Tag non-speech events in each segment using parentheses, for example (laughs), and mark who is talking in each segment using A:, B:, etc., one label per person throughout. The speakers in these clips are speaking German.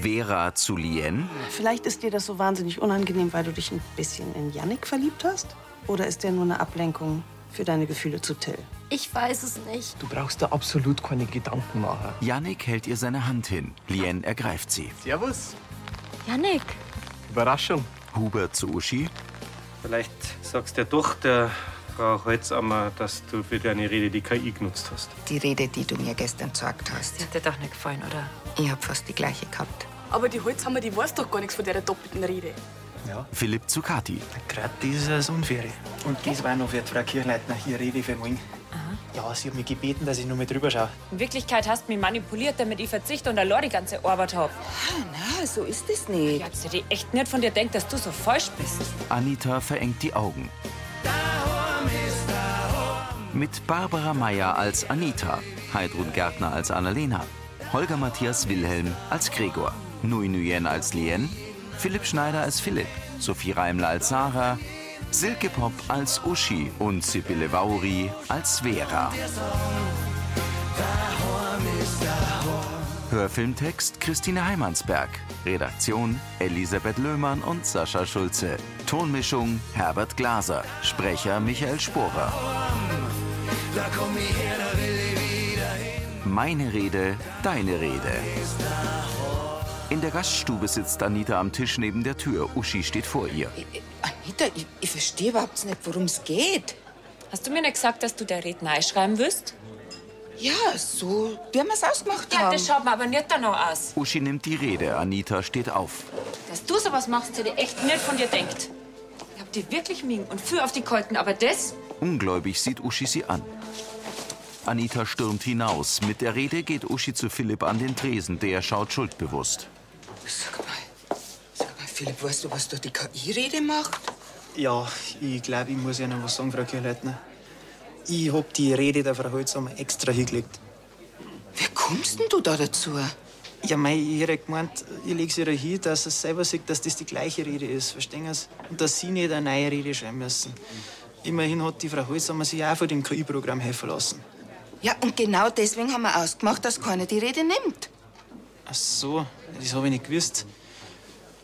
A: Vera Zulien,
B: Vielleicht ist dir das so wahnsinnig unangenehm, weil du dich ein bisschen in Yannick verliebt hast? Oder ist der nur eine Ablenkung für deine Gefühle zu Till?
C: Ich weiß es nicht.
D: Du brauchst da absolut keine Gedanken machen.
A: Yannick hält ihr seine Hand hin. Lien ergreift sie.
D: Servus.
C: Yannick,
D: Überraschung.
A: Hubert zu Uschi.
E: Vielleicht sagst du ja doch der Frau Holzammer, dass du für deine Rede die KI genutzt hast.
F: Die Rede, die du mir gestern gezeigt hast.
G: Hat dir doch nicht gefallen, oder?
F: Ich hab fast die gleiche gehabt.
H: Aber die Holzhammer, die weiß doch gar nichts von der doppelten Rede.
A: Philipp zu Kathi.
I: Gerade das ist das Unfaire. Und das war noch für die Frau Kirchleitner. Hier rede ich für morgen. Ja, sie hat mich gebeten, dass ich nur mit drüber schaue.
G: In Wirklichkeit hast du mich manipuliert, damit ich verzichte und allein die ganze Arbeit hab.
F: Ah, Na, so ist es nicht.
G: Ich hab's dir echt nicht von dir denkt, dass du so falsch bist.
A: Anita verengt die Augen. Mit Barbara Mayer als Anita, Heidrun Gärtner als Annalena, Holger Matthias Wilhelm als Gregor, Nui Nguyen als Lien, Philipp Schneider als Philipp, Sophie Reimler als Sarah, Silke Pop als Uschi und Sibylle Vauri als Vera. Hörfilmtext Christine Heimansberg. Redaktion Elisabeth Löhmann und Sascha Schulze. Tonmischung Herbert Glaser. Sprecher Michael Sporer. Meine Rede, deine Rede. In der Gaststube sitzt Anita am Tisch neben der Tür. Uschi steht vor ihr.
F: Anita, ich, ich verstehe überhaupt nicht, worum es geht.
G: Hast du mir nicht gesagt, dass du der Rednei schreiben wirst?
F: Ja, so wie wir es ausgemacht haben.
G: das schaut mir aber nicht danach aus.
A: Uschi nimmt die Rede. Anita steht auf.
G: Dass du sowas machst, hätte ich echt nicht von dir denkt. Ich hab dir wirklich Ming und für auf die Kolten, aber das?
A: Ungläubig sieht Uschi sie an. Anita stürmt hinaus. Mit der Rede geht Uschi zu Philipp an den Tresen. Der schaut schuldbewusst.
F: Sag mal, sag mal, Philipp, weißt du, was da die KI-Rede macht?
I: Ja, ich glaube, ich muss Ihnen was sagen, Frau Kirchleitner. Ich hab die Rede der Frau Holzammer extra hingelegt.
F: Wer kommst denn du da dazu?
I: Ja, mei, ich hätte gemeint, ich leg's ihr hin, dass sie selber sieht, dass das die gleiche Rede ist, verstehen Sie? Und dass sie nicht eine neue Rede schreiben müssen. Immerhin hat die Frau Holzammer sich auch von dem KI-Programm helfen lassen.
F: Ja, und genau deswegen haben wir ausgemacht, dass keiner die Rede nimmt.
I: Ach so, das habe ich nicht gewusst.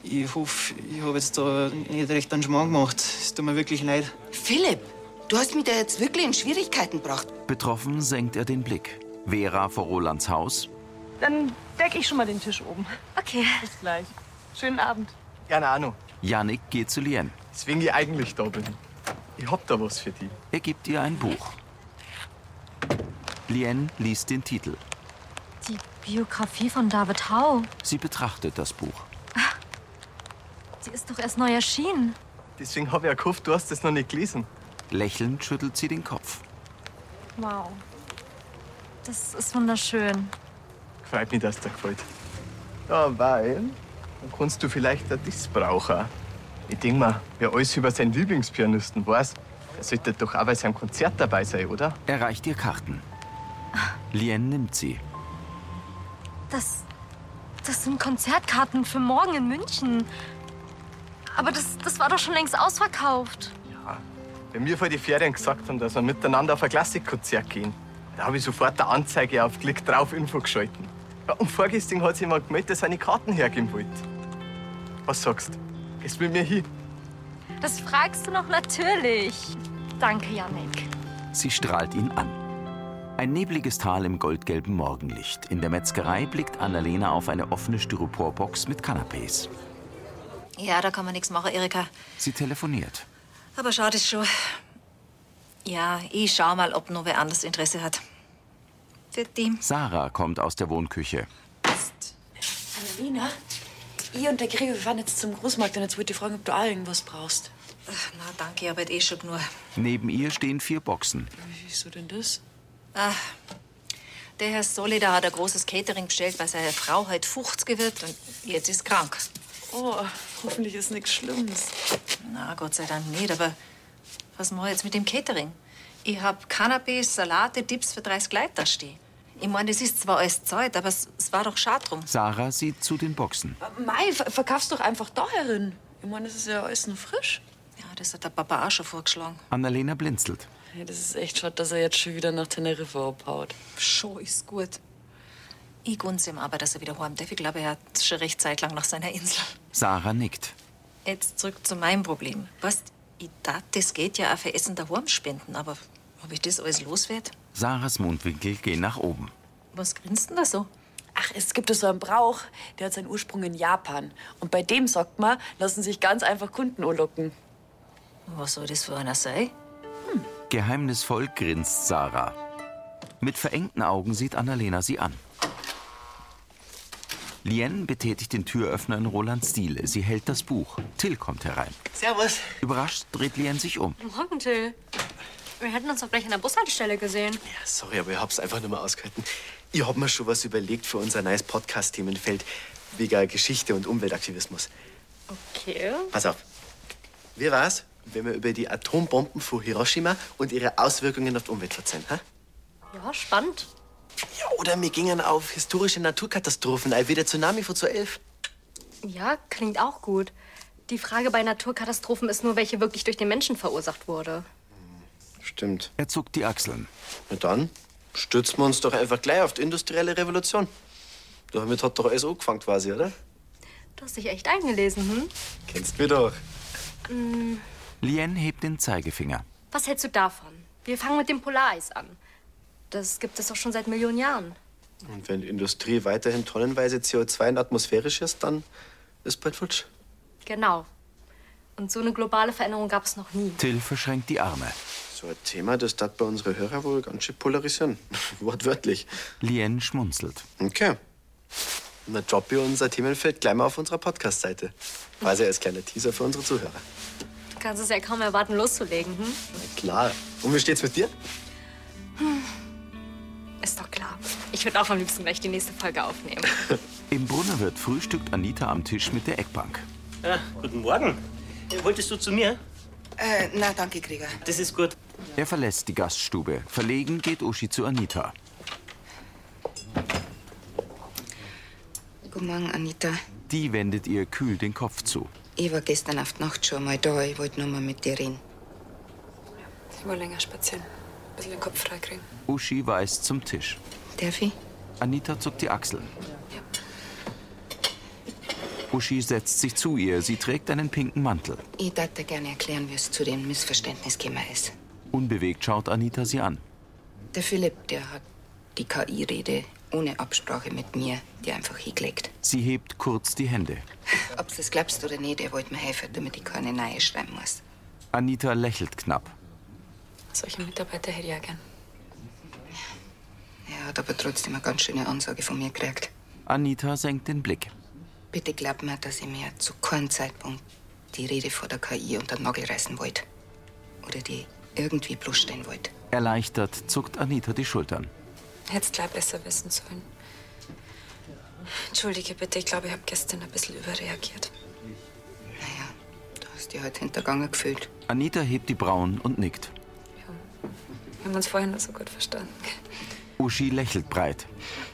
I: Ich hoffe, ich habe jetzt da nicht recht einen Schmarrn gemacht. Es tut mir wirklich leid.
F: Philipp, du hast mich da jetzt wirklich in Schwierigkeiten gebracht.
A: Betroffen senkt er den Blick. Vera vor Rolands Haus.
B: Dann decke ich schon mal den Tisch oben.
C: okay.
B: Bis gleich. Schönen Abend.
D: Keine Ahnung,
A: Janik geht zu Lien.
D: deswegen ich eigentlich da bin. Ich hab da was für die.
A: Er gibt ihr ein Buch. Lien liest den Titel.
C: Die Biografie von David Hau.
A: Sie betrachtet das Buch.
C: Die ist doch erst neu erschienen.
D: Deswegen hab ich ja gehofft, du hast das noch nicht gelesen.
A: Lächelnd schüttelt sie den Kopf.
C: Wow. Das ist wunderschön.
D: Freut mich, dass dir gefällt. Ja, weil dann kannst du vielleicht ein Disbraucher. Ich denk mal, wer alles über seinen Lieblingspianisten weiß, der sollte doch auch bei seinem Konzert dabei sein, oder?
A: Er reicht ihr Karten. Lien nimmt sie.
C: Das. Das sind Konzertkarten für morgen in München. Aber das, das war doch schon längst ausverkauft.
D: Wenn wir vor die Ferien gesagt haben, dass wir miteinander auf ein Klassikkonzert gehen, da habe ich sofort eine Anzeige auf Klick drauf Info geschalten. Ja, und vorgestern hat sich jemand gemeldet, dass er seine Karten hergeben wollte. Was sagst du? Gehst mit mir hin?
C: Das fragst du noch natürlich. Danke, Yannick.
A: Sie strahlt ihn an. Ein nebliges Tal im goldgelben Morgenlicht. In der Metzgerei blickt Annalena auf eine offene Styroporbox mit Canapés.
G: Ja, da kann man nichts machen, Erika.
A: Sie telefoniert.
G: Aber schade ist schon. Ja, ich schau mal, ob noch wer anders Interesse hat. Für die.
A: Sarah kommt aus der Wohnküche.
G: Annalena, ich und der Gregor fahren jetzt zum Großmarkt und jetzt wollte ich fragen, ob du auch irgendwas brauchst. Äh, na, danke, aber eh schon nur.
A: Neben ihr stehen vier Boxen.
G: Wieso denn das? Ah, der Herr Soli, der hat ein großes Catering bestellt, weil seine Frau halt 50 wird und jetzt ist krank.
H: Oh, hoffentlich ist nichts Schlimmes.
G: Na, Gott sei Dank nicht, aber was machen wir jetzt mit dem Catering? Ich hab Cannabis, Salate, Dips für 30 Leute da stehen. Ich meine, das ist zwar alles Zeit, aber es, es war doch schade drum.
A: Sarah sieht zu den Boxen.
H: Mai, verkaufst doch einfach da herin. Ich meine, das ist ja alles noch frisch.
G: Ja, das hat der Papa auch schon vorgeschlagen.
A: Annalena blinzelt.
H: Ja, das ist echt schade, dass er jetzt schon wieder nach Teneriffa abhaut.
G: Schon ist gut. Ich gun's ihm aber, dass er wieder heim darf. Ich glaube, er hat schon recht Zeit lang nach seiner Insel.
A: Sarah nickt.
G: Jetzt zurück zu meinem Problem. Weißt, ich dachte, das geht ja auch für Essen daheim spenden, aber ob ich das alles loswerde?
A: Sarahs Mundwinkel gehen nach oben.
G: Was grinst denn da so?
H: Ach, es gibt so einen Brauch, der hat seinen Ursprung in Japan. Und bei dem, sagt man, lassen sich ganz einfach Kunden anlocken.
G: Was soll das für einer sein?
A: Geheimnisvoll grinst Sarah. Mit verengten Augen sieht Annalena sie an. Lien betätigt den Türöffner in Rolands Diele. Sie hält das Buch. Till kommt herein.
F: Servus.
A: Überrascht dreht Lien sich um.
C: Morgen, Till. Wir hätten uns doch gleich an der Bushaltestelle gesehen.
J: Sorry, aber ich hab's einfach nicht mehr ausgehalten. Ich hab mir schon was überlegt für unser neues Podcast-Themenfeld wegen Geschichte und Umweltaktivismus.
C: Okay.
J: Pass auf. Wie war's, wenn wir über die Atombomben von Hiroshima und ihre Auswirkungen auf die Umwelt erzählen? Hä?
C: Ja, spannend.
J: Ja, oder wir gingen auf historische Naturkatastrophen ein, wie der Tsunami von 2011.
C: Ja, klingt auch gut. Die Frage bei Naturkatastrophen ist nur, welche wirklich durch den Menschen verursacht wurde.
J: Stimmt.
A: Er zuckt die Achseln.
J: Na dann stürzen wir uns doch einfach gleich auf die industrielle Revolution. Damit hat doch alles angefangen quasi, oder?
C: Du hast dich echt eingelesen,
J: Kennst mir doch.
C: hm? Hm,
A: Lien hebt den Zeigefinger.
C: Was hältst du davon? Wir fangen mit dem Polareis an. Das gibt es doch schon seit Millionen Jahren.
J: Und wenn die Industrie weiterhin tonnenweise CO2 in Atmosphäre schießt, dann ist bald futsch.
C: Genau. Und so eine globale Veränderung gab es noch nie.
A: Till verschränkt die Arme.
J: So ein Thema, das tat bei unseren Hörer wohl ganz schön polarisieren. (laughs) Wortwörtlich.
A: Lien schmunzelt.
J: Okay. Und dann droppe ich unser Themenfeld gleich mal auf unserer Podcast-Seite. Quasi als kleiner Teaser für unsere Zuhörer.
C: Du kannst es ja kaum erwarten, loszulegen, hm?
J: Klar. Und wie steht's mit dir?
C: Hm. Ist doch klar. Ich würde auch am liebsten gleich die nächste Folge aufnehmen.
A: Im Brunnerwirt frühstückt Anita am Tisch mit der Eckbank.
K: Ja, guten Morgen. Äh, Wolltest du zu mir?
F: Äh, na, danke, Krieger.
K: Das ist gut.
A: Er verlässt die Gaststube. Verlegen geht Uschi zu Anita.
F: Guten Morgen, Anita.
A: Die wendet ihr kühl den Kopf zu.
F: Ich war gestern auf die Nacht schon mal da. Ich wollte noch mal mit dir reden.
L: Ich war länger spazieren. Ein bisschen den Kopf freikriegen.
A: Uschi weist zum Tisch.
F: Darf ich?
A: Anita zuckt die Achseln. Uschi setzt sich zu ihr. Sie trägt einen pinken Mantel.
F: Ich darf dir gerne erklären, wie es zu dem Missverständnis gekommen ist.
A: Unbewegt schaut Anita sie an.
F: Der Philipp, der hat die KI-Rede ohne Absprache mit mir, die einfach hingelegt.
A: Sie hebt kurz die Hände.
F: Ob du es glaubst oder nicht, er wollte mir helfen, damit ich keine neue schreiben muss.
A: Anita lächelt knapp.
L: Solche Mitarbeiter hätte ich auch gern.
F: Er hat aber trotzdem eine ganz schöne Ansage von mir gekriegt.
A: Anita senkt den Blick.
F: Bitte glaub mir, dass ich mir zu keinem Zeitpunkt die Rede vor der KI unter den Nagel reißen wollte. Oder die irgendwie bloßstellen wollte.
A: Erleichtert zuckt Anita die Schultern.
L: Hätt's gleich besser wissen sollen. Entschuldige bitte, ich glaube, ich habe gestern ein bisschen überreagiert.
F: Du hast dich halt hintergangen gefühlt.
A: Anita hebt die Brauen und nickt.
L: Wir haben uns vorher noch so gut verstanden.
A: Uschi lächelt breit.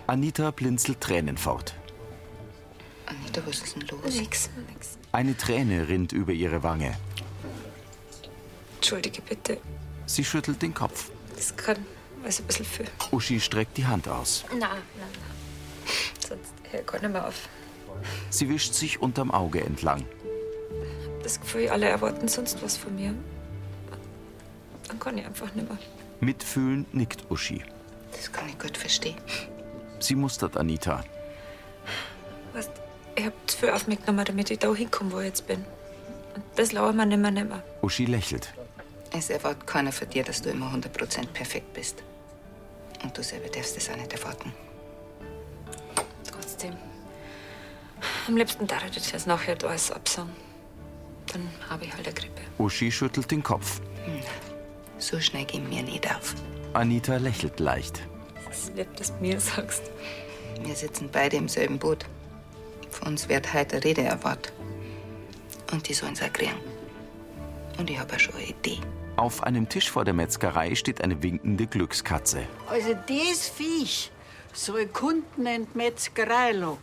A: Anita blinzelt Tränen fort.
F: Anita, was ist denn los?
L: Nix, nix.
A: Eine Träne rinnt über ihre Wange.
L: Entschuldige bitte,
A: Sie schüttelt den Kopf.
L: das kann alles ein bisschen viel.
A: Uschi streckt die Hand aus.
L: Na, na, na. Sonst hör gar nicht mehr auf.
A: Sie wischt sich unterm Auge entlang.
L: Das Gefühl, alle erwarten sonst was von mir. Dann kann ich einfach nicht mehr.
A: Mitfühlend nickt Uschi.
F: Das kann ich gut verstehen.
A: Sie mustert Anita.
L: Weißt, ich hab zu viel auf mich genommen, damit ich da hinkomme, wo ich jetzt bin. Und das lauert mir nimmer, nimmer.
A: Uschi lächelt.
F: Es erwartet keiner von dir, dass du immer 100% perfekt bist. Und du selber darfst es auch nicht erwarten.
L: Trotzdem. Am liebsten darf ich das jetzt nachher alles absagen. Dann habe ich halt eine Grippe.
A: Uschi schüttelt den Kopf.
F: Hm. So schnell gehen wir nicht auf.
A: Anita lächelt leicht.
L: Es ist lieb, dass du mir sagst.
F: Wir sitzen beide im selben Boot. Von uns wird heute eine Rede erwartet. Und die sollen es kriegen. Und ich habe schon eine Idee.
A: Auf einem Tisch vor der Metzgerei steht eine winkende Glückskatze.
M: Also das Viech soll Kunden in die Metzgerei locken.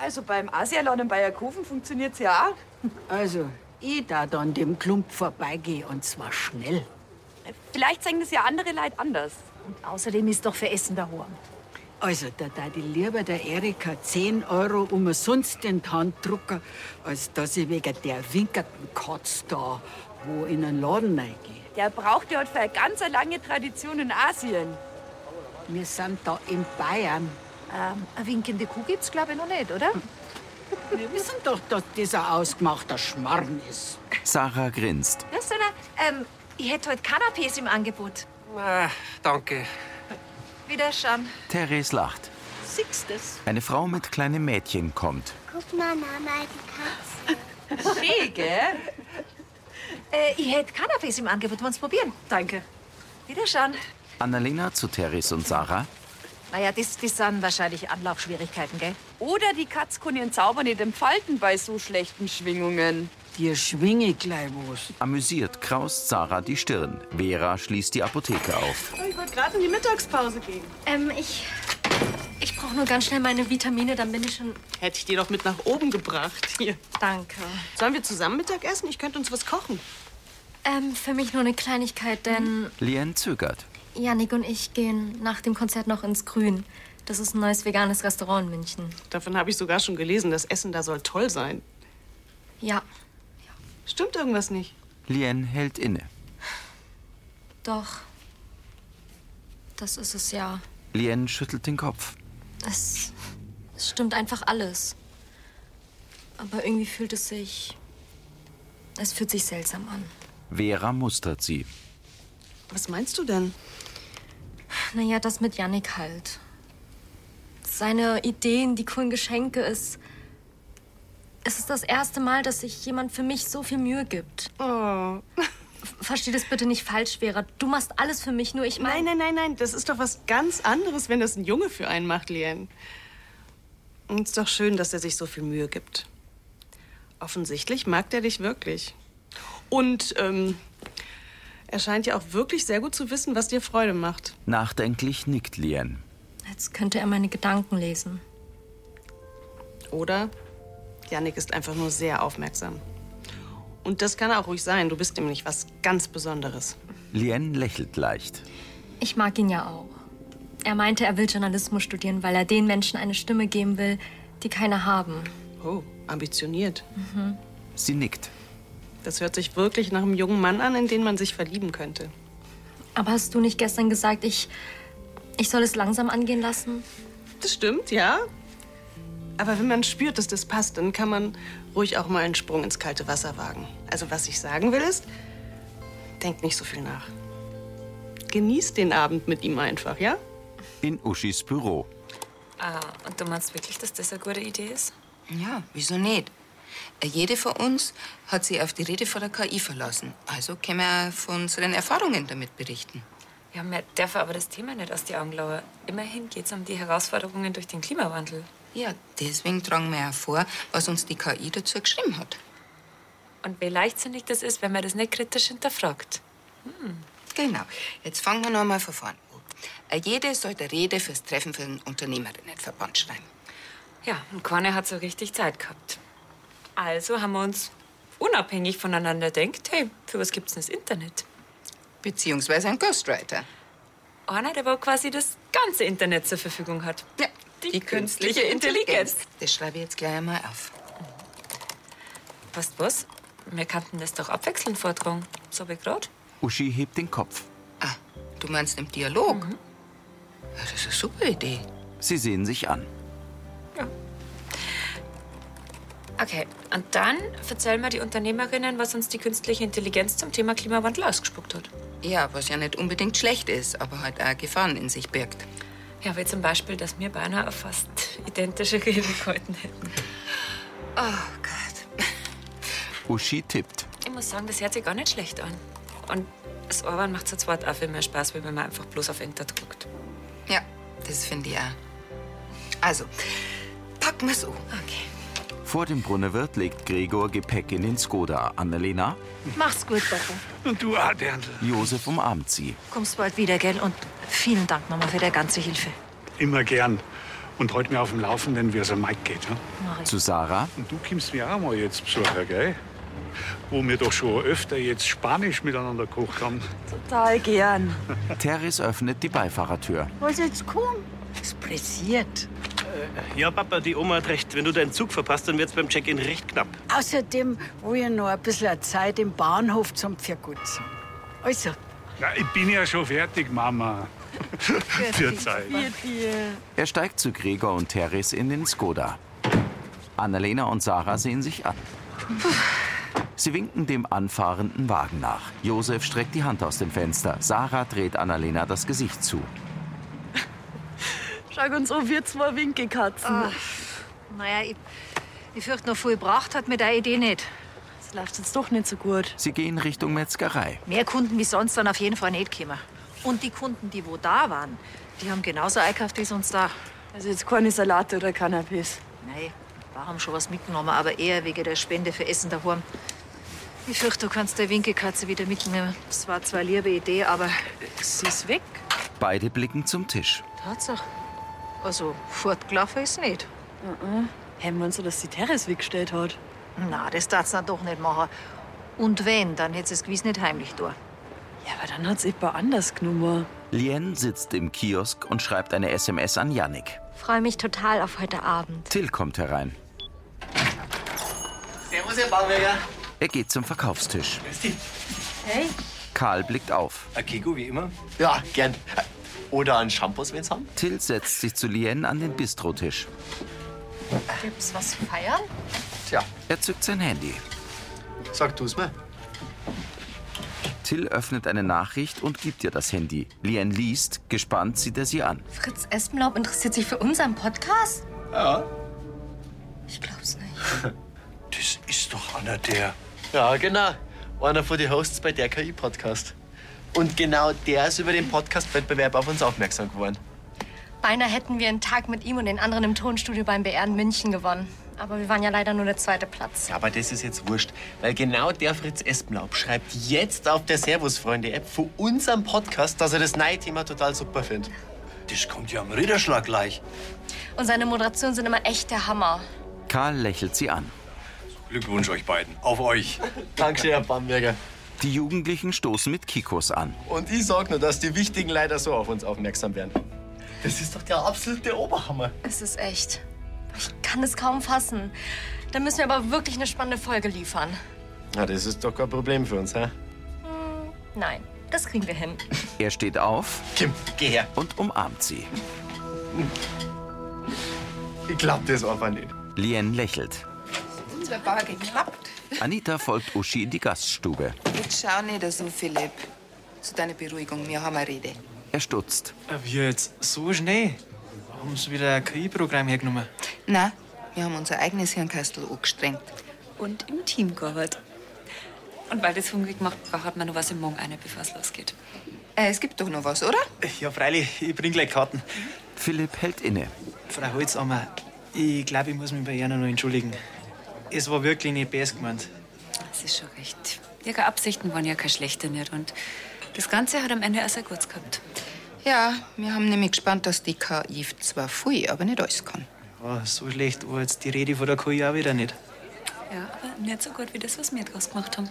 H: Also beim Asialon in Bayerkofen funktioniert's ja auch.
M: Also ich da an dem Klump vorbeigehen und zwar schnell.
H: Vielleicht sehen das ja andere Leid anders. Und außerdem ist doch für Essen daheim.
M: Also, da da die lieber der Erika 10 Euro umsonst in die Hand drucken, als dass ich wegen der winkerten Katz da wo in einen Laden reingehe.
H: Der brauchte hat für eine ganz lange Tradition in Asien.
M: Wir sind da in Bayern. Hm.
G: Ähm, eine winkende Kuh gibt's, glaube ich, noch nicht, oder?
M: Wir wissen doch, dass das ein ausgemachter Schmarrn ist.
A: Sarah grinst.
G: Ja, Söder, ähm, ich hätte heute Canapés im Angebot.
N: Ah, danke.
G: Wiederschauen.
A: Therese lacht.
G: Sixtes.
A: Eine Frau mit kleinem Mädchen kommt.
O: Guck mal, Mama, die
G: (laughs)
O: Katze.
G: Schön, gell? Äh, ich hätte Canapés im Angebot, wollen's probieren? Danke. Wiederschauen.
A: Annalena zu Therese und Sarah.
G: Naja, das, das sind wahrscheinlich Anlaufschwierigkeiten, gell?
H: Oder die Katz kann ihren Zauber nicht entfalten bei so schlechten Schwingungen.
M: Dir schwinge ich gleich was.
A: Amüsiert kraust Sarah die Stirn. Vera schließt die Apotheke auf.
B: Oh, Ich wollte gerade in die Mittagspause gehen.
C: Ähm, ich. Ich brauche nur ganz schnell meine Vitamine, dann bin ich schon.
P: Hätte ich dir doch mit nach oben gebracht. Hier.
C: Danke.
P: Sollen wir zusammen Mittag essen? Ich könnte uns was kochen.
C: Ähm, für mich nur eine Kleinigkeit, denn
A: Lien zögert.
C: Janik und ich gehen nach dem Konzert noch ins Grün. Das ist ein neues veganes Restaurant in München.
P: Davon habe ich sogar schon gelesen. Das Essen da soll toll sein.
C: Ja,
P: Stimmt irgendwas nicht?
A: Lien hält inne.
C: doch. Das ist es ja.
A: Lien schüttelt den Kopf.
C: Es, es stimmt einfach alles. Aber irgendwie fühlt es sich. Es fühlt sich seltsam an.
A: Vera mustert sie.
C: Was meinst du denn? Naja, das mit Yannick halt. Seine Ideen, die coolen Geschenke, es. Es ist das erste Mal, dass sich jemand für mich so viel Mühe gibt. (laughs) Oh. Versteh das bitte nicht falsch, Vera. Du machst alles für mich, nur ich meine.
P: Nein, nein, nein, nein. Das ist doch was ganz anderes, wenn das ein Junge für einen macht, Lien. Und ist doch schön, dass er sich so viel Mühe gibt. Offensichtlich mag er dich wirklich. Und ähm, er scheint ja auch wirklich sehr gut zu wissen, was dir Freude macht.
A: Nachdenklich nickt Lien.
C: Als könnte er meine Gedanken lesen.
P: Oder? Janik ist einfach nur sehr aufmerksam. Und das kann auch ruhig sein. Du bist nämlich was ganz Besonderes.
A: Lien lächelt leicht.
C: Ich mag ihn ja auch. Er meinte, er will Journalismus studieren, weil er den Menschen eine Stimme geben will, die keine haben.
P: Oh, ambitioniert.
C: Mhm.
A: Sie nickt.
P: Das hört sich wirklich nach einem jungen Mann an, in den man sich verlieben könnte.
C: Aber hast du nicht gestern gesagt, ich, ich soll es langsam angehen lassen?
P: Das stimmt, ja. Aber wenn man spürt, dass das passt, dann kann man ruhig auch mal einen Sprung ins kalte Wasser wagen. Also was ich sagen will ist, denk nicht so viel nach. Genieß den Abend mit ihm einfach, ja?
A: In Uschis Büro.
L: Ah, und du meinst wirklich, dass das eine gute Idee ist?
F: Ja, wieso nicht? Äh, Jede von uns hat sich auf die Rede von der KI verlassen. Also können wir von unseren Erfahrungen damit berichten.
L: Ja, mir darf aber das Thema nicht aus die Augen lauern. Immerhin geht es um die Herausforderungen durch den Klimawandel.
F: Ja, deswegen tragen wir ja vor, was uns die KI dazu geschrieben hat.
L: Und wie leichtsinnig das ist, wenn man das nicht kritisch hinterfragt.
F: Genau. Jetzt fangen wir noch mal von vorn an. Äh, Jede sollte Rede fürs Treffen für den Unternehmerinnenverband schreiben.
L: Ja, und Corne hat so richtig Zeit gehabt. Also haben wir uns unabhängig voneinander denkt, hey, für was gibt's denn das Internet?
F: Beziehungsweise ein Ghostwriter.
L: Einer, der wohl quasi das ganze Internet zur Verfügung hat.
F: Ja,
L: die, künstliche, Intelligenz.
F: Das schreibe ich jetzt gleich einmal auf.
L: Passt was? Wir kannten das doch abwechselnd vortragen. So wie grad.
A: Uschi hebt den Kopf.
F: Du meinst im Dialog?
L: Mhm.
F: Ja, das ist eine super Idee.
A: Sie sehen sich an.
L: Okay, und dann erzählen wir die Unternehmerinnen, was uns die künstliche Intelligenz zum Thema Klimawandel ausgespuckt hat.
F: Ja, was ja nicht unbedingt schlecht ist, aber halt auch Gefahren in sich birgt.
L: Ja, wie zum Beispiel, dass wir beinahe eine fast identische Rede gehalten hätten. Oh,
A: Uschi tippt.
L: ich muss sagen, das hört sich gar nicht schlecht an. Und das Orban macht zu zweit auch viel mehr Spaß, wie wenn man einfach bloß auf Enter drückt.
F: Ja, das finde ich auch. Also, packen um. wir so.
L: Okay.
A: Vor dem Brunnerwirt legt Gregor Gepäck in den Skoda. Annalena,
G: Mach's gut, Papa.
A: Und du auch, Josef umarmt sie.
G: Kommst bald wieder, gell? Und vielen Dank, Mama, für deine ganze Hilfe.
Q: Immer gern. Und heute mir auf dem Laufenden, wie es am Mike geht. Ne?
G: Mach ich.
A: Zu Sarah.
Q: Und du kommst mir auch mal jetzt besuchen, gell? Wo wir doch schon öfter jetzt Spanisch miteinander gekocht haben.
H: Total gern.
A: Teres öffnet die Fahrertür.
O: Was jetzt kommen?
M: Was passiert?
R: Ja, Papa, die Oma hat recht. Wenn du deinen Zug verpasst, dann wird's beim Check-in recht knapp.
M: Außerdem will ich noch ein bisschen Zeit im Bahnhof zum Pfirgutzen. Also,
Q: Na, ich bin ja schon fertig, Mama. Für Zeit.
A: Er steigt zu Gregor und Teres in den Skoda. Annalena und Sarah sehen sich an. Sie winken dem anfahrenden Wagen nach. Josef streckt die Hand aus dem Fenster. Sarah dreht Annalena das Gesicht zu.
S: Schau uns an, wir zwei Winkelkatzen.
G: Naja, ich, ich fürchte, noch viel gebracht hat mir deine Idee nicht.
S: Das läuft uns doch nicht so gut.
A: Sie gehen Richtung Metzgerei.
G: Mehr Kunden wie sonst dann auf jeden Fall nicht gekommen. Und die Kunden, die wo da waren, die haben genauso einkauft wie sonst da.
S: Also jetzt keine Salate oder Cannabis.
G: Nein, wir haben schon was mitgenommen, aber eher wegen der Spende für Essen daheim. Ich fürchte, du kannst der Winkelkatze wieder mitnehmen. Das war zwar eine liebe Idee, aber sie ist weg.
A: Beide blicken zum Tisch.
G: Tatsache. Also, fortgelaufen ist nicht.
S: Mhm. Haben wir uns so, dass die Teres weggestellt hat?
G: Na, das darf sie doch nicht machen. Und wenn, dann hätte sie es gewiss nicht heimlich da.
S: Ja, aber Ah, dann hat sie jemand anders genommen.
A: Lien sitzt im Kiosk und schreibt eine SMS an Yannick.
I: Freue mich total auf heute Abend.
A: Till kommt herein.
R: Servus, Herr Bauberger.
A: Er geht zum Verkaufstisch.
I: Hey?
A: Karl blickt auf.
R: Ein Keko
J: Äh,
R: wie immer?
J: Ja, gern. Äh, Oder ein Shampoos, wenn's haben.
A: Till setzt sich zu Lien an den Bistrotisch.
G: Gibt's was feiern?
J: Tja,
A: Er zückt sein Handy.
J: sag du's mir.
A: Till öffnet eine Nachricht und gibt ihr das Handy. Lien liest, gespannt sieht er sie an.
C: Fritz Espenlaub interessiert sich für unseren Podcast?
J: Ja.
C: Ich glaub's nicht.
J: Das ist doch einer der. Ja, genau. Einer von den Hosts bei der KI-Podcast. Und genau der ist über den Podcast-Wettbewerb auf uns aufmerksam geworden.
C: Beinahe hätten wir einen Tag mit ihm und den anderen im Tonstudio beim BR in München gewonnen. Aber wir waren ja leider nur der zweite Platz.
J: Ja, aber das ist jetzt wurscht, weil genau der Fritz Espenlaub schreibt jetzt auf der Servus-Freunde-App von unserem Podcast, dass er das neue Thema total super findet. Das kommt ja am Ritterschlag gleich.
C: Und seine Moderationen sind immer echt der Hammer.
A: Karl lächelt sie an.
J: Glückwunsch euch beiden. Auf euch. Dankeschön, Herr Bamberger.
A: Die Jugendlichen stoßen mit Kikos an.
J: Und ich sag nur, dass die Wichtigen leider so auf uns aufmerksam werden. Das ist doch der absolute Oberhammer.
C: Es ist echt. Ich kann es kaum fassen. Da müssen wir aber wirklich eine spannende Folge liefern.
J: Na, das ist doch kein Problem für uns, hä?
C: Hm, Nein, das kriegen wir hin.
A: Er steht auf.
J: Kim, geh her.
A: Und umarmt sie.
J: Ich glaub das einfach nicht.
A: Lien lächelt.
F: Wunderbar geklappt.
A: Anita folgt Uschi in die Gaststube.
F: Jetzt schau nicht so, Philipp. Zu deiner Beruhigung, wir haben eine Rede.
A: Er stutzt.
J: Äh, Wie jetzt? So schnell? Haben sie wieder ein KI-Programm hergenommen?
F: Na, wir haben unser eigenes Hirnkastel angestrengt.
L: Und im Team gearbeitet. Und weil das hungrig macht, hat man noch was im Morgen eine, bevor es losgeht.
F: Äh, es gibt doch noch was, oder?
J: Äh, Ja, freilich, ich bring gleich Karten.
A: Philipp hält inne.
J: Frau Holzammer, ich glaube, ich muss mich bei Ihnen noch entschuldigen. Es war wirklich nicht best gemeint.
L: Das ist schon recht. Ihre Absichten waren ja keine schlechte nicht. Und das Ganze hat am Ende auch sehr gut gehabt.
F: Ja, wir haben nämlich gespannt, dass die KI zwar viel, aber nicht alles kann.
J: Ja, Ah, so schlecht war jetzt die Rede von der KI auch wieder nicht.
L: Ja, aber nicht so gut wie das, was wir draus gemacht haben.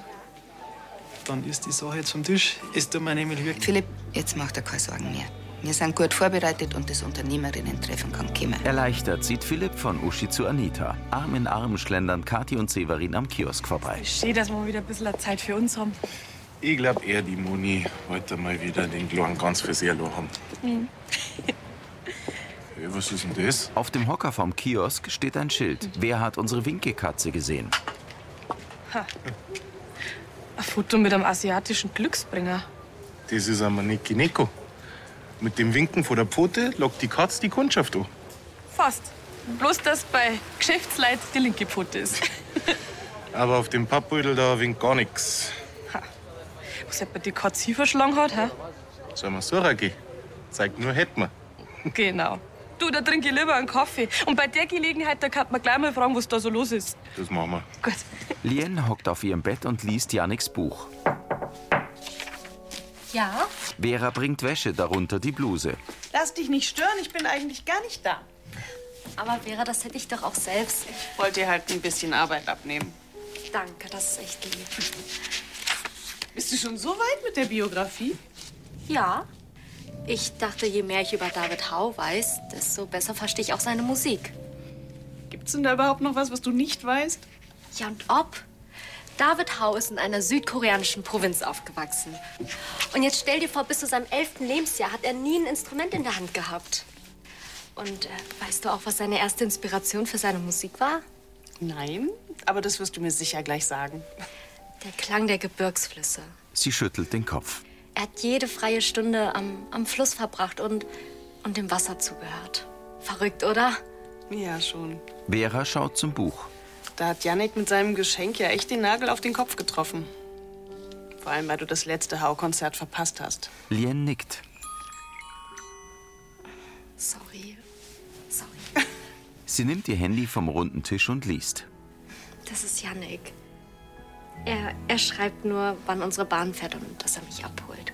J: Dann ist die Sache jetzt vom Tisch. Es tut mir nämlich wirklich...
F: Philipp, jetzt macht er keine Sorgen mehr. Wir sind gut vorbereitet und das Unternehmerinnen-Treffen kann kommen.
A: Erleichtert sieht Philipp von Uschi zu Anita. Arm in Arm schlendern Kathi und Severin am Kiosk vorbei.
S: Schön, dass wir wieder ein bisschen Zeit für uns haben.
T: Ich glaube eher, die Moni wollte mal wieder den Kleinen ganz für sehr haben. Hey, was ist denn das?
A: Auf dem Hocker vom Kiosk steht ein Schild. Wer hat unsere Winkelkatze gesehen?
H: Ha. Ein Foto mit einem asiatischen Glücksbringer.
T: Das ist ein Maneki Neko. Mit dem Winken vor der Pfote lockt die Katz die Kundschaft an.
H: Fast. Bloß, dass bei Geschäftsleit die linke Pfote ist.
T: Aber auf dem Pappbeutel da winkt gar nichts.
H: Was jemand die Katz hier verschlagen hat, hä?
T: Sollen wir suchen gehen? Zeigt nur, hätten wir.
H: Genau. Du, da trinke ich lieber einen Kaffee. Und bei der Gelegenheit, da kann man gleich mal fragen, was da so los ist.
T: Das machen wir.
H: Gut.
A: Lien hockt auf ihrem Bett und liest Janiks Buch.
C: Ja?
A: Vera bringt Wäsche, darunter die Bluse.
P: Lass dich nicht stören, ich bin eigentlich gar nicht da.
C: Aber Vera, das hätte ich doch auch selbst.
P: Ich wollte dir halt ein bisschen Arbeit abnehmen.
C: Danke, das ist echt lieb.
P: Bist du schon so weit mit der Biografie?
C: Ja. Ich dachte, je mehr ich über David Howe weiß, desto besser verstehe ich auch seine Musik.
P: Gibt's denn da überhaupt noch was, was du nicht weißt?
C: Ja, und ob? David Howe ist in einer südkoreanischen Provinz aufgewachsen. Und jetzt stell dir vor, bis zu seinem elften Lebensjahr hat er nie ein Instrument in der Hand gehabt. Und äh, weißt du auch, was seine erste Inspiration für seine Musik war?
P: Nein, aber das wirst du mir sicher gleich sagen.
C: Der Klang der Gebirgsflüsse.
A: Sie schüttelt den Kopf.
C: Er hat jede freie Stunde am, am Fluss verbracht und, und dem Wasser zugehört. Verrückt, oder?
P: Ja, schon.
A: Vera schaut zum Buch.
P: Da hat Yannick mit seinem Geschenk ja echt den Nagel auf den Kopf getroffen. Vor allem, weil du das letzte Hau-Konzert verpasst hast.
A: Lien nickt.
C: Sorry. Sorry. (laughs)
A: Sie nimmt ihr Handy vom runden Tisch und liest.
C: Das ist Yannick. Er, er schreibt nur, wann unsere Bahn fährt und dass er mich abholt.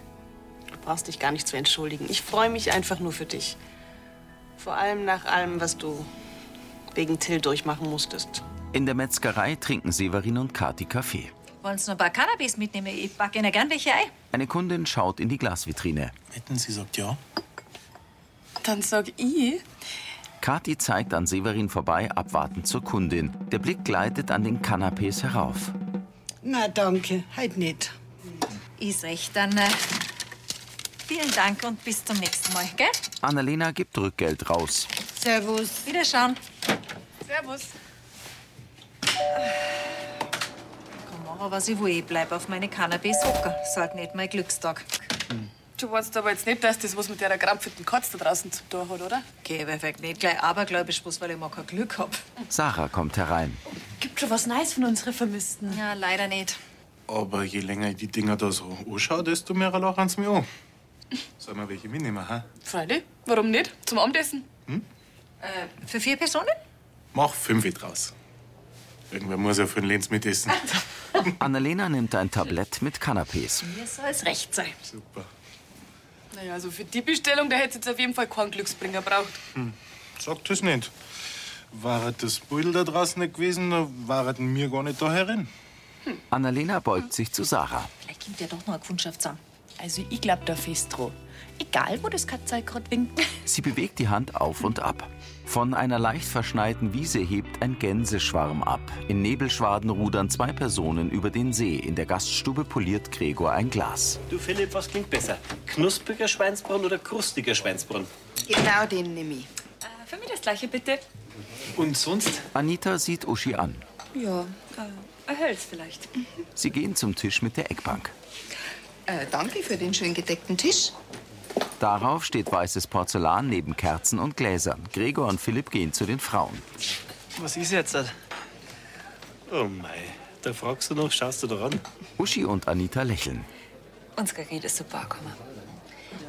P: Du brauchst dich gar nicht zu entschuldigen. Ich freue mich einfach nur für dich. Vor allem nach allem, was du wegen Till durchmachen musstest.
A: In der Metzgerei trinken Severin und Kati Kaffee.
G: Wollen Sie noch ein paar Cannabis mitnehmen? Ich packe Ihnen gern welche ein.
A: Eine Kundin schaut in die Glasvitrine.
T: Wetten, sie sagt ja.
P: Dann sag ich.
A: Kati zeigt an Severin vorbei, abwartend zur Kundin. Der Blick gleitet an den Kanapés herauf.
M: Na, danke. Halt nicht.
G: Ist recht, dann äh, vielen Dank und bis zum nächsten Mal, gell?
A: Annalena gibt Rückgeld raus.
G: Servus. Wiederschauen. Servus. Komm, mach was ich will. Ich bleib auf meine Cannabis hocken. Sollte nicht mein Glückstag.
H: Hm.
U: Du weißt aber jetzt nicht, dass das was mit der krampfenden Katze da draußen zu tun hat, oder?
G: Geh weg, nicht gleich abergläubisch, bloß weil ich mal kein Glück hab.
A: Sarah kommt herein.
H: Gibt schon was Neues von unseren Vermissten?
G: Ja, leider nicht.
T: Aber je länger ich die Dinger da so anschaue, desto mehr lachen sie (laughs) mir an. Sollen wir welche mitnehmen, ha?
U: Freilich. Warum nicht? Zum Abendessen?
G: Äh, für vier Personen?
T: Mach fünf draus. Irgendwer muss ja für den Lenz mitessen.
A: (laughs) Annalena nimmt ein Tablett mit Kanapés.
G: Mir soll es recht sein.
T: Super.
U: Naja, also für die Bestellung, da hätte jetzt auf jeden Fall keinen Glücksbringer braucht.
T: Hm. Sag das nicht. War das Beutel da draußen nicht gewesen, dann waren wir gar nicht da herin.
A: Annalena beugt sich zu Sarah.
G: Vielleicht kommt ja doch noch eine Kundschaft zusammen.
H: Also, ich glaub da fest dran. Egal, wo das Katzeig gerade winkt.
A: Sie bewegt die Hand auf und ab. Von einer leicht verschneiten Wiese hebt ein Gänseschwarm ab. In Nebelschwaden rudern zwei Personen über den See. In der Gaststube poliert Gregor ein Glas.
R: Du Philipp, was klingt besser? Knuspriger Schweinsbraten oder krustiger Schweinsbraten?
F: Genau den nehme ich.
L: Äh, für mich das gleiche, bitte.
R: Und sonst?
A: Anita sieht Uschi an.
L: Ja, äh, ein Hölz vielleicht.
A: Sie gehen zum Tisch mit der Eckbank.
F: Äh, danke für den schön gedeckten Tisch.
A: Darauf steht weißes Porzellan neben Kerzen und Gläsern. Gregor und Philipp gehen zu den Frauen.
I: Was ist jetzt?
R: Oh mei, da fragst du noch, schaust du da ran.
A: Uschi und Anita lächeln.
F: Uns geht es super angekommen.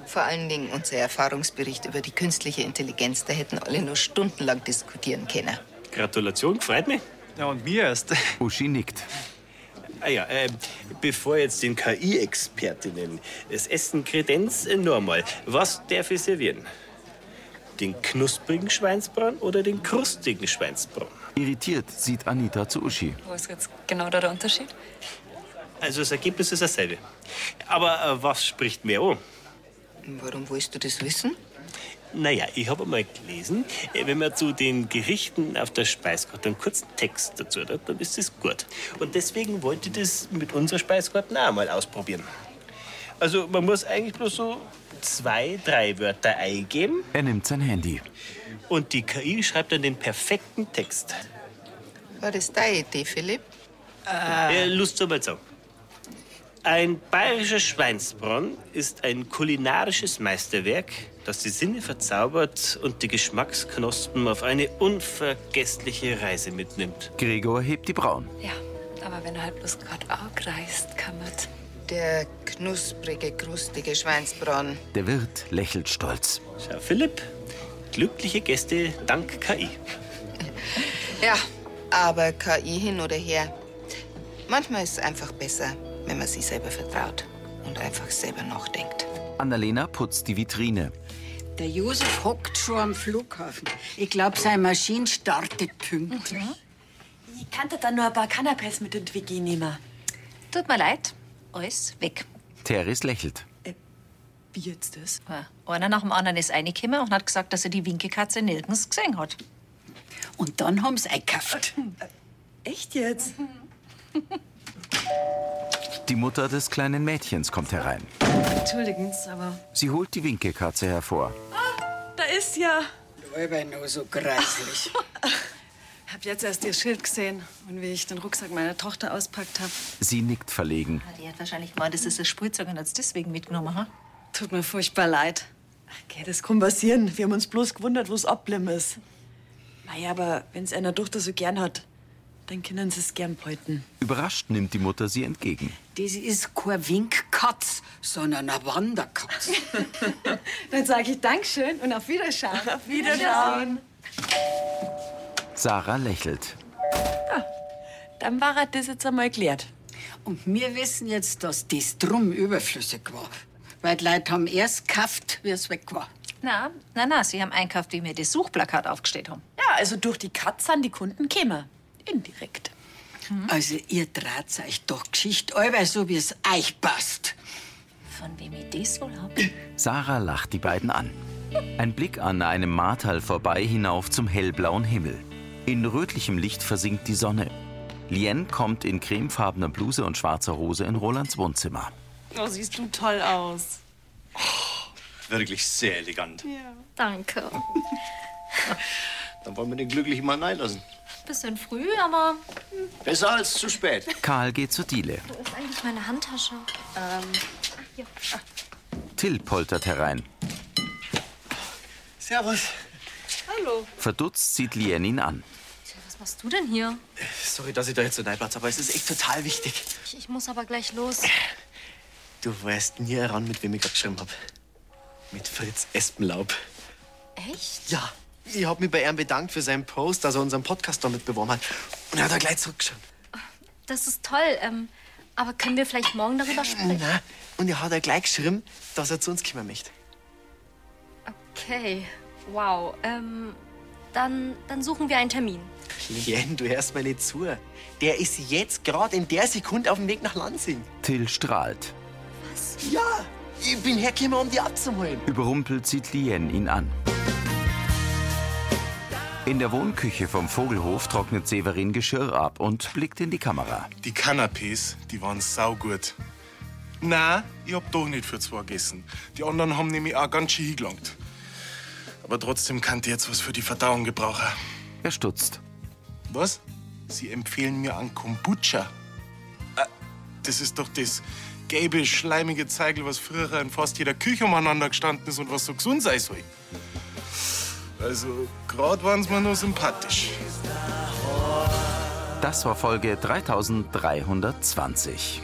F: Vor allen Dingen unser Erfahrungsbericht über die künstliche Intelligenz, da hätten alle nur stundenlang diskutieren können.
R: Gratulation, freut mich.
I: Ja, und mir erst.
A: (laughs) Uschi nickt.
R: Ah ja, äh, bevor jetzt den KI-Expertinnen das Essen Kredenz äh, normal. Was darf ich servieren? Den knusprigen Schweinsbraten oder den krustigen Schweinsbraten?
A: Irritiert sieht Anita zu Uschi.
L: Wo ist jetzt genau da der Unterschied?
R: Also das Ergebnis ist dasselbe. Aber äh, was spricht mehr an?
F: Warum willst du das wissen?
R: Naja, ich habe mal gelesen, äh, wenn man zu den Gerichten auf der Speiskarte einen kurzen Text dazu hat, dann ist es gut. Und deswegen wollte ich das mit unserer Speiskarte auch mal ausprobieren. Also man muss eigentlich bloß so zwei, drei Wörter eingeben
A: Er nimmt sein Handy.
R: und die KI schreibt dann den perfekten Text.
F: War das deine Idee, Philipp?
R: Äh, Lust zur Überzeugung. Ein bayerischer Schweinsbronn ist ein kulinarisches Meisterwerk, das die Sinne verzaubert und die Geschmacksknospen auf eine unvergessliche Reise mitnimmt.
A: Gregor hebt die Brauen.
L: Ja, aber wenn er halt bloß gerade angreist, kann man.
F: Der knusprige, krustige Schweinsbraten.
A: Der Wirt lächelt stolz.
R: Schau, Philipp, glückliche Gäste dank KI.
F: Ja, aber KI hin oder her. Manchmal ist es einfach besser, wenn man sich selber vertraut und einfach selber nachdenkt.
A: Annalena putzt die Vitrine.
M: Der Josef hockt schon am Flughafen. Ich glaube, seine Maschine startet pünktlich.
U: Mhm.
H: Ich kann da dann nur ein paar Cannabis mit und WG nehmen.
G: Tut mir leid. Alles weg.
A: Teres lächelt.
G: Wie jetzt das? Ja. Einer nach dem anderen ist reingekommen und hat gesagt, dass er die Winkekatze nirgends gesehen hat.
M: Und dann haben sie eingekauft.
U: Äh,
G: Echt jetzt?
A: Die Mutter des kleinen Mädchens kommt herein.
L: Entschuldigens, aber
A: Sie holt die Winkekatze hervor.
G: Ah.
L: da ist ja.
M: Weil nur so greislich.
U: Hab jetzt erst ihr Schild gesehen und wie ich den Rucksack meiner Tochter auspackt habe.
A: Sie nickt verlegen.
G: Die hat wahrscheinlich gemeint, das ist ein Spielzeug und hat es deswegen mitgenommen. Ha?
U: Tut mir furchtbar leid.
H: Okay, das kann passieren. Wir haben uns bloß gewundert, wo es abblieben ist. Mei, aber wenn's einer Tochter so gern hat, dann können sie es gern behalten.
A: Überrascht nimmt die Mutter sie entgegen.
M: Das ist kein Winkkatz, sondern eine Wanderkatz.
U: (laughs) Dann sage ich Dankeschön und auf Wiederschauen. Auf
H: Wiederschauen.
A: Sarah lächelt.
H: Dann war das jetzt einmal erklärt.
M: Und wir wissen jetzt, dass das drum überflüssig war. Weil die Leute haben erst gekauft, wie es weg war.
G: Na, na, na, sie haben einkauft, wie wir das Suchplakat aufgestellt haben.
H: Ja, also durch die Katze an die Kunden käme. Indirekt.
G: Hm?
M: Also ihr traut euch doch Geschichte allweil so, wie es euch passt.
G: Von wem ich das wohl
M: (clears throat)
G: hab?
A: Sarah lacht die beiden an. Ein Blick an einem Martal vorbei hinauf zum hellblauen Himmel. In rötlichem Licht versinkt die Sonne. Lien kommt in cremefarbener Bluse und schwarzer Hose in Rolands Wohnzimmer.
P: Oh, siehst du toll aus.
J: Wirklich sehr elegant.
C: Danke.
J: Dann wollen wir den glücklichen Mann einlassen.
C: Bisschen früh, aber
J: Besser als zu spät.
A: Karl geht zur Diele.
C: wo ist eigentlich meine Handtasche? Ähm. ah, Ach, hier.
A: Till poltert herein.
J: Servus.
C: Hallo.
A: Verdutzt sieht Lien ihn an.
C: Was machst du denn hier?
J: Sorry, dass ich da jetzt so neiblatz, aber es ist echt total wichtig.
C: Ich, ich muss aber gleich los.
J: Du weißt nie heran, mit wem ich grad geschrieben hab. Mit Fritz Espenlaub.
C: Echt?
J: Ja, ich hab mich bei ihm bedankt für seinen Post, dass er unseren Podcast damit beworben hat. Und er hat da gleich zurückgeschrieben.
C: Das ist toll. Ähm, aber können wir vielleicht morgen darüber sprechen?
J: Na, und er hat da gleich geschrieben, dass er zu uns kommen möchte.
C: Okay. Wow. Ähm, dann, dann suchen wir einen Termin.
J: Lien, du hörst mir nicht zu. Der ist jetzt gerade in der Sekunde auf dem Weg nach Lansing.
A: Till strahlt.
J: Ja, ich bin hergekommen, um die abzuholen.
A: Überrumpelt sieht Lien ihn an. In der Wohnküche vom Vogelhof trocknet Severin Geschirr ab und blickt in die Kamera.
T: Die Canapés, die waren saugut. Na, ich hab doch nicht für zwei gegessen. Die anderen haben nämlich auch ganz schön hingelangt. Aber trotzdem kann die jetzt was für die Verdauung gebrauchen.
A: Er stutzt.
T: Was? Sie empfehlen mir an Kombucha. Ah, Das ist doch das gelbe, schleimige Zeigel, was früher in fast jeder Küche umeinander gestanden ist und was so gesund sein soll. Also, gerade waren sie mir nur sympathisch.
A: Das war Folge 3320.